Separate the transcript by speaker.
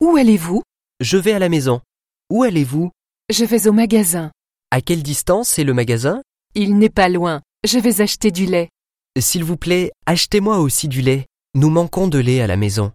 Speaker 1: Où allez-vous
Speaker 2: Je vais à la maison. Où allez-vous
Speaker 1: Je vais au magasin.
Speaker 2: À quelle distance est le magasin
Speaker 1: Il n'est pas loin. Je vais acheter du lait.
Speaker 2: S'il vous plaît, achetez-moi aussi du lait. Nous manquons de lait à la maison.